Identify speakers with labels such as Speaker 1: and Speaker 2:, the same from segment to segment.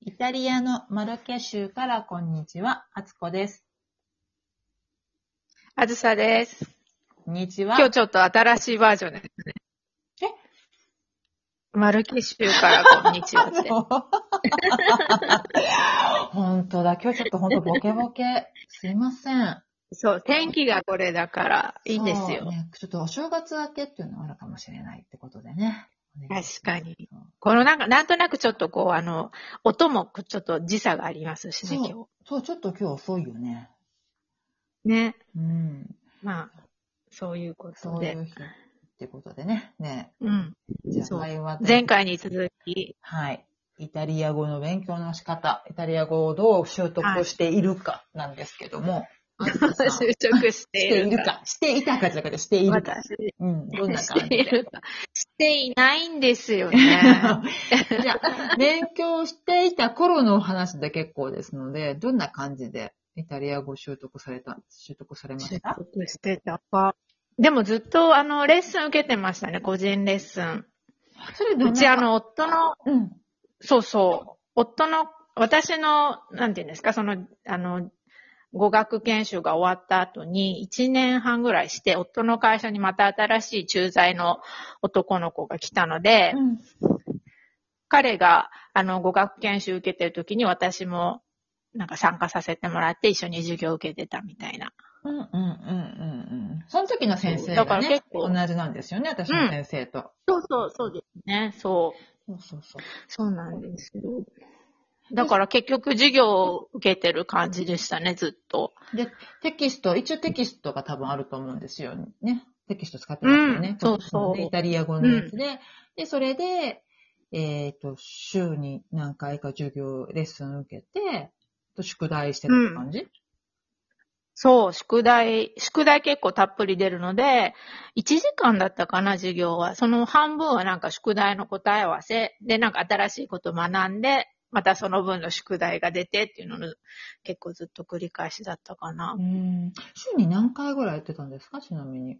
Speaker 1: イタリアのマルケ州からこんにちは、あつこです。
Speaker 2: あずさです。
Speaker 1: こんにちは
Speaker 2: 今。日ちょっと新しいバージョンですね。
Speaker 1: え
Speaker 2: マルキ州からこんにちは って。
Speaker 1: 本当だ。今日ちょっと本当ボケボケ。すいません。
Speaker 2: そう、天気がこれだからいいんです
Speaker 1: そう
Speaker 2: よ。
Speaker 1: ねちょっとお正月明けっていうのはあるかもしれないってことでね。
Speaker 2: 確かに
Speaker 1: そう。
Speaker 2: このなんか、なんとなくちょっとこう、あの、音もちょっと時差がありますしね、
Speaker 1: そう
Speaker 2: 今
Speaker 1: そう、ちょっと今日遅いよね。
Speaker 2: 日。ね。
Speaker 1: うん。
Speaker 2: まあ、そういうこ
Speaker 1: そ
Speaker 2: と
Speaker 1: うい
Speaker 2: で。
Speaker 1: う日ってことでね。ね
Speaker 2: うん。
Speaker 1: じゃあ
Speaker 2: そう
Speaker 1: 会話で
Speaker 2: 前回に続き、
Speaker 1: はい。イタリア語の勉強の仕方、イタリア語をどう習得しているかなんですけども、
Speaker 2: 就職して
Speaker 1: し
Speaker 2: い
Speaker 1: てい
Speaker 2: る
Speaker 1: る
Speaker 2: か。
Speaker 1: か、 していたかじゃなくて、しているか。
Speaker 2: 私、
Speaker 1: うん、どんな感
Speaker 2: し
Speaker 1: じ
Speaker 2: てい
Speaker 1: で。
Speaker 2: るか。していないんです よね。
Speaker 1: じゃあ、勉強していた頃のお話で結構ですので、どんな感じでイタリア語を習得された、習得されまし
Speaker 2: 習
Speaker 1: た
Speaker 2: 得してたか。でもずっと、あの、レッスン受けてましたね、個人レッスン。
Speaker 1: それどんな
Speaker 2: うち、あ、の、夫の、
Speaker 1: うん。
Speaker 2: そうそう、夫の、私の、なんていうんですか、その、あの、語学研修が終わった後に、1年半ぐらいして、夫の会社にまた新しい駐在の男の子が来たので、
Speaker 1: うん。
Speaker 2: 彼が、あの、語学研修受けてる時に私も、なんか参加させてもらって、一緒に授業受けてたみたいな。
Speaker 1: うんうんうんうんうん。その時の先生
Speaker 2: だ
Speaker 1: が、
Speaker 2: から
Speaker 1: ね
Speaker 2: 結、
Speaker 1: 同
Speaker 2: 構
Speaker 1: じなんですよね、私の先生と。
Speaker 2: そうそう、そうですね、そう。
Speaker 1: そうそうそう。
Speaker 2: そうなんですよ。だから結局授業を受けてる感じでしたね、ずっと。
Speaker 1: で、テキスト、一応テキストが多分あると思うんですよね。テキスト使ってますよね。
Speaker 2: うんそうそう
Speaker 1: でイタリア語のやつで。で、それで、えっ、と、週に何回か授業、レッスン受けて、と宿題してる感じ、
Speaker 2: そう、宿題、宿題結構たっぷり出るので、1時間だったかな、授業は。その半分はなんか宿題の答え合わせで、なんか新しいこと学んで、またその分の宿題が出てっていうのの結構ずっと繰り返しだったかな。
Speaker 1: うん。週に何回ぐらいやってたんですかちなみに。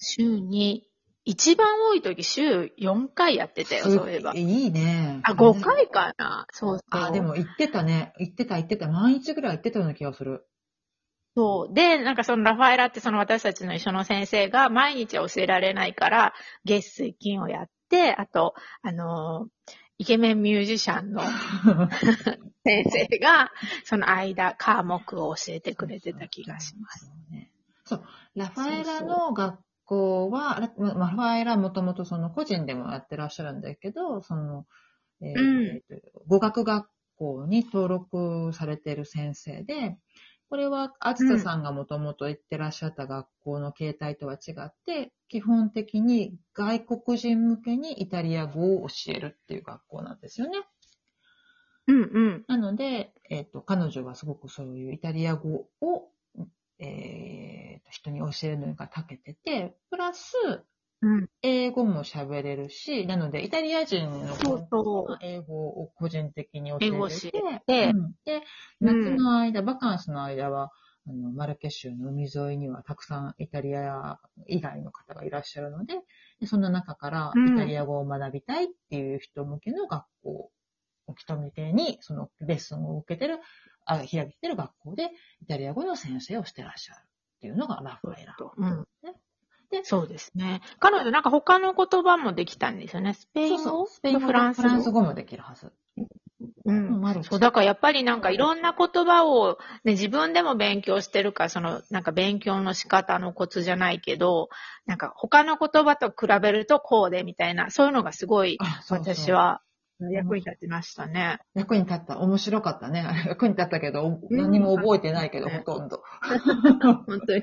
Speaker 2: 週に、一番多い時週4回やってたよ、そういえば
Speaker 1: す。いいね。
Speaker 2: あ、5回かな。そうそう。
Speaker 1: あ、でも行ってたね。行ってた行ってた。毎日ぐらい行ってたような気がする。
Speaker 2: そう。で、なんかそのラファエラってその私たちの一緒の先生が毎日は教えられないから、月水金をやって、あと、あのーイケメンミュージシャン の先生が、その間、科目を教えてくれてた気がします。
Speaker 1: そうね。そう。ラファエラの学校は、ラまラファエラもともとその個人でもやってらっしゃるんだけど、その、えー
Speaker 2: うん
Speaker 1: 語学学校に登録されてる先生で、これは、あずささんがもともと行ってらっしゃった学校の形態とは違って、基本的に外国人向けにイタリア語を教えるっていう学校なんですよね。
Speaker 2: うんうん。
Speaker 1: なので、えっ、と、彼女はすごくそういうイタリア語を、えーと人に教えるのが長けてて、プラス、
Speaker 2: うん。
Speaker 1: 英語も喋れるし、なので、イタリア人の
Speaker 2: そうそう。
Speaker 1: 英語を個人的に教え
Speaker 2: 英語を教
Speaker 1: て
Speaker 2: えて
Speaker 1: うんで、夏の間、バカンスの間は、あの、マルケ州の海沿いにはたくさんイタリア以外の方がいらっしゃるので、でその中から
Speaker 2: うん
Speaker 1: イタリア語を学びたいっていう人向けの学校、人向けに、そのレッスンを受けてる、あ、開いてる学校で、イタリア語の先生をしてらっしゃるっていうのがラファエラ。
Speaker 2: うん
Speaker 1: で。
Speaker 2: そうですね。彼女なんか他の言葉もできたんですよね。スペイ
Speaker 1: そう
Speaker 2: ン語
Speaker 1: そう、スペイン語と
Speaker 2: フランス
Speaker 1: フランス
Speaker 2: 語。
Speaker 1: 語もできるはず。
Speaker 2: うん。
Speaker 1: マルケ
Speaker 2: そう、だからやっぱりなんかいろんな言葉を、ね、自分でも勉強してるから、その、なんか勉強の仕方のコツじゃないけど、なんか他の言葉と比べるとこうでみたいな、そういうのがすごい
Speaker 1: あそうそう
Speaker 2: 私は役に立ちましたね。
Speaker 1: 役に立った。面白かったね。 役に立ったけど、お
Speaker 2: うん
Speaker 1: 何も覚えてないけど、
Speaker 2: ね
Speaker 1: ほとんど。
Speaker 2: 本当に。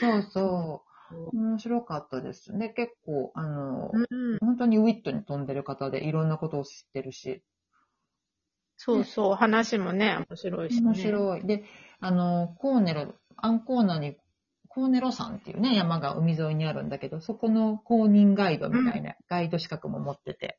Speaker 1: そうそう。
Speaker 2: う
Speaker 1: 面白かったです。で、結構、あの、
Speaker 2: うん。
Speaker 1: 本当にウィットに飛んでる方で、いろんなことを知ってるし、
Speaker 2: そうそう、話もね、面白いしね。
Speaker 1: 面白い。で、あの、コーネロ、アンコーナに、コーネロ山っていうね、山が海沿いにあるんだけど、そこの公認ガイドみたいな、ガイド資格も持ってて。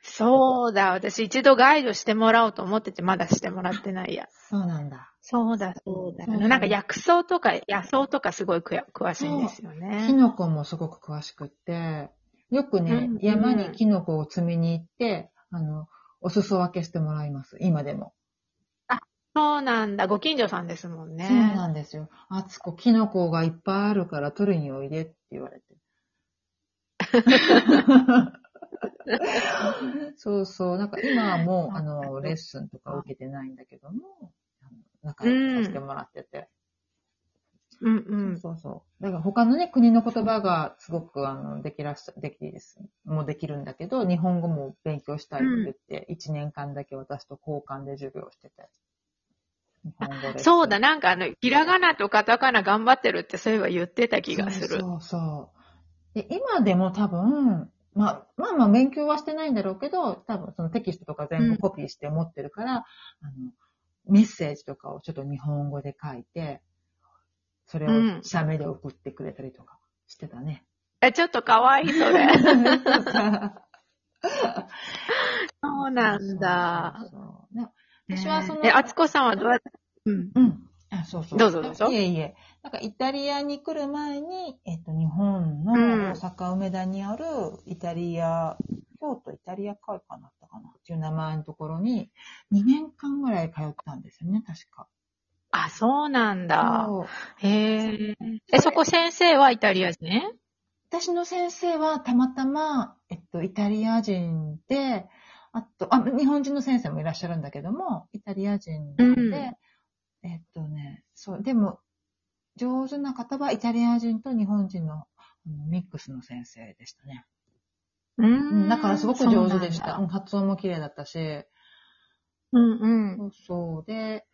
Speaker 2: そうだ、私一度ガイドしてもらおうと思ってて、まだしてもらってないや。
Speaker 1: そうなんだ。
Speaker 2: そうだ、そうだ。
Speaker 1: そうそう
Speaker 2: なんか薬草とか、野草とかすごいくや詳しいんですよね。
Speaker 1: キノコもすごく詳しくって、よくね、
Speaker 2: うん
Speaker 1: 山にキノコを積みに行って、あの、お裾分けしてもらいます。今でも。
Speaker 2: そうなんだ。ご近所さんですもんね。
Speaker 1: そうなんですよ。あつこ、キノコがいっぱいあるから取りにおいでって言 われて。そうそう。なんか今はもう、あの、レッスンとか受けてないんだけども、あの仲良くさせてもらってて。
Speaker 2: うんうん。
Speaker 1: そうそう。だから他のね、国の言葉がすごく、あの、できらっしゃ、できです。もうできるんだけど、日本語も勉強したいって言って、1年間だけ私と交換で授業してて。日本語で。
Speaker 2: そうだ、なんかあの、ひらがなとカタカナ頑張ってるってそういえば言ってた気がする。
Speaker 1: そうそうそう。で、今でも多分、まあ、まあまあ勉強はしてないんだろうけど、多分そのテキストとか全
Speaker 2: うん
Speaker 1: 部コピーして持ってるから、あの、メッセージとかをちょっと日本語で書いて、それ
Speaker 2: うん
Speaker 1: を写メで送ってくれたりとかしてたね。
Speaker 2: え、ちょっとかわいい、それ。 そうなんだ。
Speaker 1: そうそうそう。ね私はその
Speaker 2: え、あつこさんはどうやって、うん。
Speaker 1: うん。あ、そうそう。
Speaker 2: どうぞどうぞ
Speaker 1: いえいえ。なんかイタリアに来る前に、えっと、日本の
Speaker 2: うん
Speaker 1: 大阪梅田にあるイタリア、京都イタリア会館だったかなっていう名前のところに、2年間ぐらい通ったんですよね、確か。
Speaker 2: あ、そうなんだ。
Speaker 1: そう
Speaker 2: へえ。え、そこ先生はイタリア人ね。
Speaker 1: 私の先生はたまたま、えっと、イタリア人で、あと、あ、日本人の先生もいらっしゃるんだけども、イタリア人なので、
Speaker 2: うん
Speaker 1: えっとね、そう、でも、上手な方はイタリア人と日本人のあのミックスの先生でしたね。う
Speaker 2: う
Speaker 1: ん、
Speaker 2: ん
Speaker 1: だからすごく上手でした。
Speaker 2: そううん
Speaker 1: 発音も綺麗だったし、
Speaker 2: なんだうんうん。
Speaker 1: そうそう。で、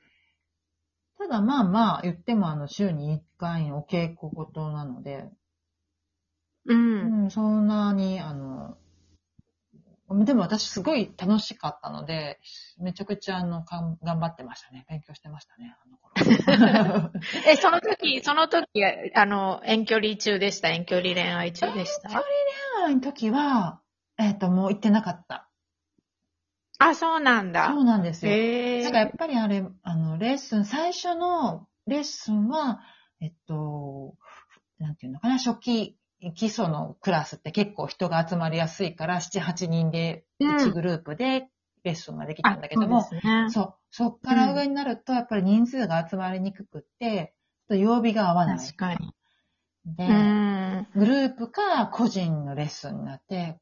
Speaker 1: ただまあまあ、言ってもあの、週に1回お稽古事なので、
Speaker 2: うん。
Speaker 1: うん、そんなに、あの、でも私すごい楽しかったので、めちゃくちゃあの、かん頑張ってましたね。勉強してましたね、あの頃。
Speaker 2: え、その時、その時、あの、遠距離中でした遠距離恋愛中でした
Speaker 1: 海 外の時は、えっ、と、もう行ってなかった。
Speaker 2: あ、そうなんだ
Speaker 1: そ。うなんですよ。
Speaker 2: へえ
Speaker 1: なんかやっぱりあれ、あの、レッスン、最初のレッスンは、えっと、なんていうのかな、初期、基礎のクラスって結構人が集まりやすいから、7、8人で、
Speaker 2: うん
Speaker 1: 1グループでレッスンができた
Speaker 2: あ
Speaker 1: んだけども、
Speaker 2: そうですね
Speaker 1: そう。そっから上になると、やっぱり人数が集まりにくくって、ちょっと曜日が合わない
Speaker 2: 確。かに。
Speaker 1: で
Speaker 2: う、ん。
Speaker 1: グループか個人のレッスンになって、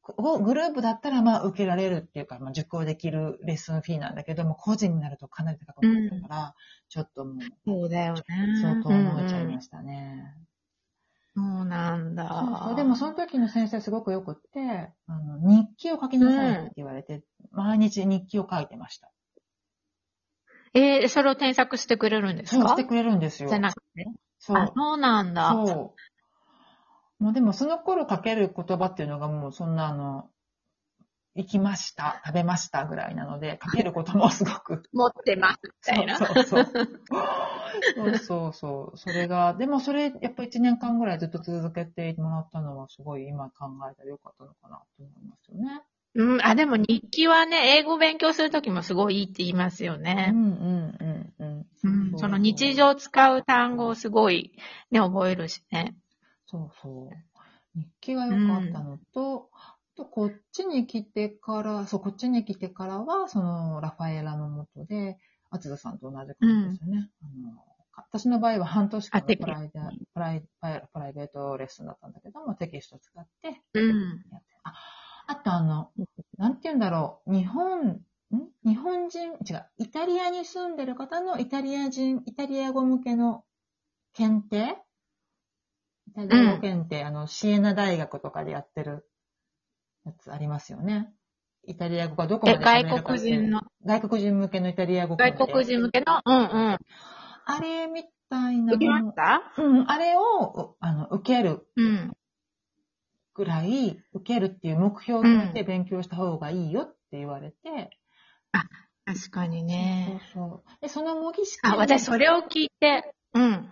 Speaker 1: こグループだったらまあ受けられるっていうか、まあ、受講できるレッスンフィーなんだけども、個人になるとかなり高くなるから、ちょっともう、
Speaker 2: そうだよね。
Speaker 1: 相当思えちゃい
Speaker 2: うんう
Speaker 1: ま
Speaker 2: ん
Speaker 1: したね。
Speaker 2: そうなん
Speaker 1: そう
Speaker 2: だ
Speaker 1: そう。でもその時の先生すごくよくって、あの日記を書きなさいって言われて、毎日日記を書いてました。
Speaker 2: えーそれを添削してくれるんです
Speaker 1: そうし
Speaker 2: か
Speaker 1: てくれるんですよ
Speaker 2: じゃ。なくて。
Speaker 1: そう。
Speaker 2: あ、そうなんだ。
Speaker 1: そう。もうでもその頃かける言葉っていうのがもうそんなあの、行きました、食べましたぐらいなので、かけることもすごく。
Speaker 2: 持ってます、みたいな。
Speaker 1: そうそうそう。そうそうそう。それが、でもそれ、やっぱ1年間ぐらいずっと続けてもらったのは、すごい今考えたらよかったのかなと思いますよね。
Speaker 2: うん、あ、でも日記はね、英語勉強するときもすごいいいって言いますよ
Speaker 1: う
Speaker 2: ね。
Speaker 1: んうんうんうん。
Speaker 2: うん、その日
Speaker 1: 常
Speaker 2: 常使う単語をすごいね、覚えるしね。
Speaker 1: そうそう。日記が良かったのと、あとこっちに来てから、そう、こっちに来てからは、その、ラファエラのもとで、厚田さんと同じ感じですよね。あのか私の場合は半年間
Speaker 2: あ
Speaker 1: の
Speaker 2: テキ
Speaker 1: プライダプライパイプライベートレッスンだったんだけども、テキスト使ってやって
Speaker 2: うん。
Speaker 1: あ、あとあの、なんて言うんだろう、日本、ん日本人、違う、イタリアに住んでる方のイタリア人、イタリア語向けの検定イタリア語検定、あの、シエナ大学とかでやってるやつありますよね。イタリア語がどこま
Speaker 2: で、
Speaker 1: で喋れるか
Speaker 2: 外国
Speaker 1: っていう
Speaker 2: 人の、
Speaker 1: 外国人向けのイタリア語検
Speaker 2: 外
Speaker 1: 定。
Speaker 2: 国人向けの、うん
Speaker 1: あれみたい
Speaker 2: うん。
Speaker 1: な
Speaker 2: 受けまし
Speaker 1: の。
Speaker 2: た
Speaker 1: うん、あれを、あの、受ける
Speaker 2: うん。
Speaker 1: ぐらい受けるっていう目標を決めて勉強した方がいいよって言われて、
Speaker 2: 確かにね。
Speaker 1: そうそう。で、その模擬試験
Speaker 2: あ、私それを聞いて、うん。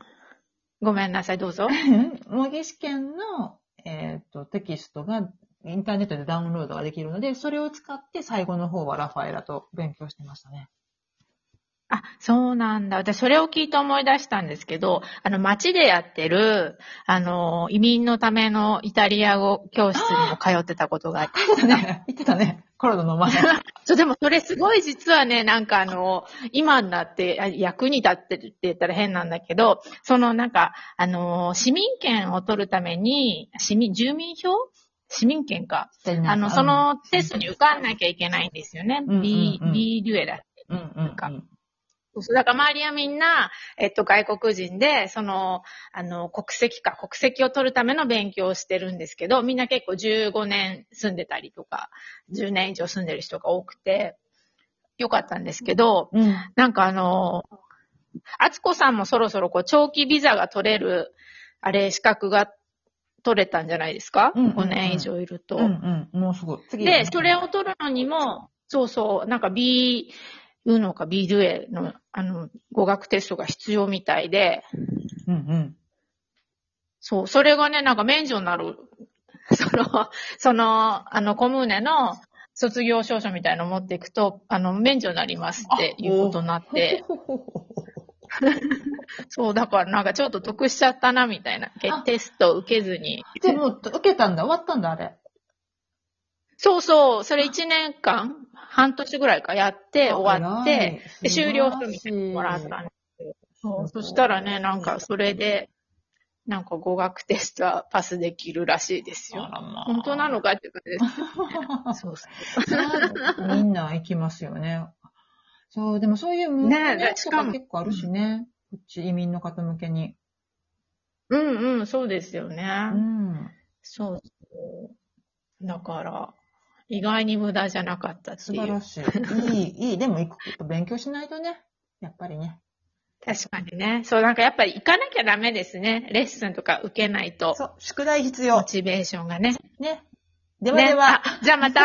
Speaker 2: ごめんなさい、どうぞ。
Speaker 1: 模擬試験の、えっとテキストがインターネットでダウンロードができるので、それを使って最後の方はラファエラと勉強してましたね。
Speaker 2: あ、そうなんだ。私、それを聞いて思い出したんですけど、あの、街でやってる、あの、移民のためのイタリア語教室にも通ってたことがあって。
Speaker 1: 言ってたね。 言ってたね。コロナの前。
Speaker 2: そう、でもそれすごい実はね、なんかあの、今になって、あ役に立ってるって言ったら変なんだけど、そのなんか、あの、市民権を取るために、市民、住民票市民権か。 あの、そ、のテストに受かんなきゃいけないんですよね。
Speaker 1: うん
Speaker 2: B
Speaker 1: うんうん、
Speaker 2: B デュエだ。
Speaker 1: うんうんうん。
Speaker 2: かそうそうだから周りはみんな、えっと、外国人で、その、あの、国籍か、国籍を取るための勉強をしてるんですけど、みんな結構15年住んでたりとか、10年以上住んでる人が多くて、よかったんですけど、
Speaker 1: うん。
Speaker 2: なんかあの、あつこさんもそろそろこう、長期ビザが取れる、あれ、資格が取れたんじゃないですか、
Speaker 1: うんうんうん
Speaker 2: ?5 年以上いると。
Speaker 1: うんうん。もうすぐ。次
Speaker 2: で、それを取るのにも、そうそう、なんか B、うのか B デュエの、あの、語学テストが必要みたいで、
Speaker 1: うんうん。
Speaker 2: そう、それがね、なんか免除になる、 その、その、あの、コムーネの卒業証書みたいの持っていくと、あの、免除になりますっていうことになって、
Speaker 1: ほほほほ
Speaker 2: そう、だからなんかちょっと得しちゃったな、みたいな。け
Speaker 1: あ
Speaker 2: テストを受けずに。
Speaker 1: でも、受けたんだ。終わったんだ、あれ。
Speaker 2: そうそう、それ1年間、半年ぐらいかやって、終わって、で、終了
Speaker 1: す
Speaker 2: 書みたいなのもらったんですよ。そう
Speaker 1: すご
Speaker 2: そ
Speaker 1: い
Speaker 2: したらね、なんか、それで、なんか語学テストはパスできるらしいですよ。本当なのかっていう感じです。そうそう。
Speaker 1: みんな行きますよね。そう、でもそういう無
Speaker 2: ねえ
Speaker 1: 料
Speaker 2: し
Speaker 1: と
Speaker 2: か
Speaker 1: か
Speaker 2: も
Speaker 1: 結構あるしね。こっち移民の方向けに。
Speaker 2: うんうん、そうですよ
Speaker 1: う
Speaker 2: ね。
Speaker 1: ん。
Speaker 2: そうそう。だから、意外に無駄じゃなかったって
Speaker 1: 素
Speaker 2: い
Speaker 1: 晴
Speaker 2: う
Speaker 1: ら。しい。いい、いい。でも行くこと勉強しないとね。やっぱりね。
Speaker 2: 確かにね。そう、なんかやっぱり行かなきゃダメですね。レッスンとか受けないと、
Speaker 1: そう、宿題必
Speaker 2: モ
Speaker 1: 要。
Speaker 2: チベーションがね。
Speaker 1: ね。ではでは。
Speaker 2: ねあじゃあまた。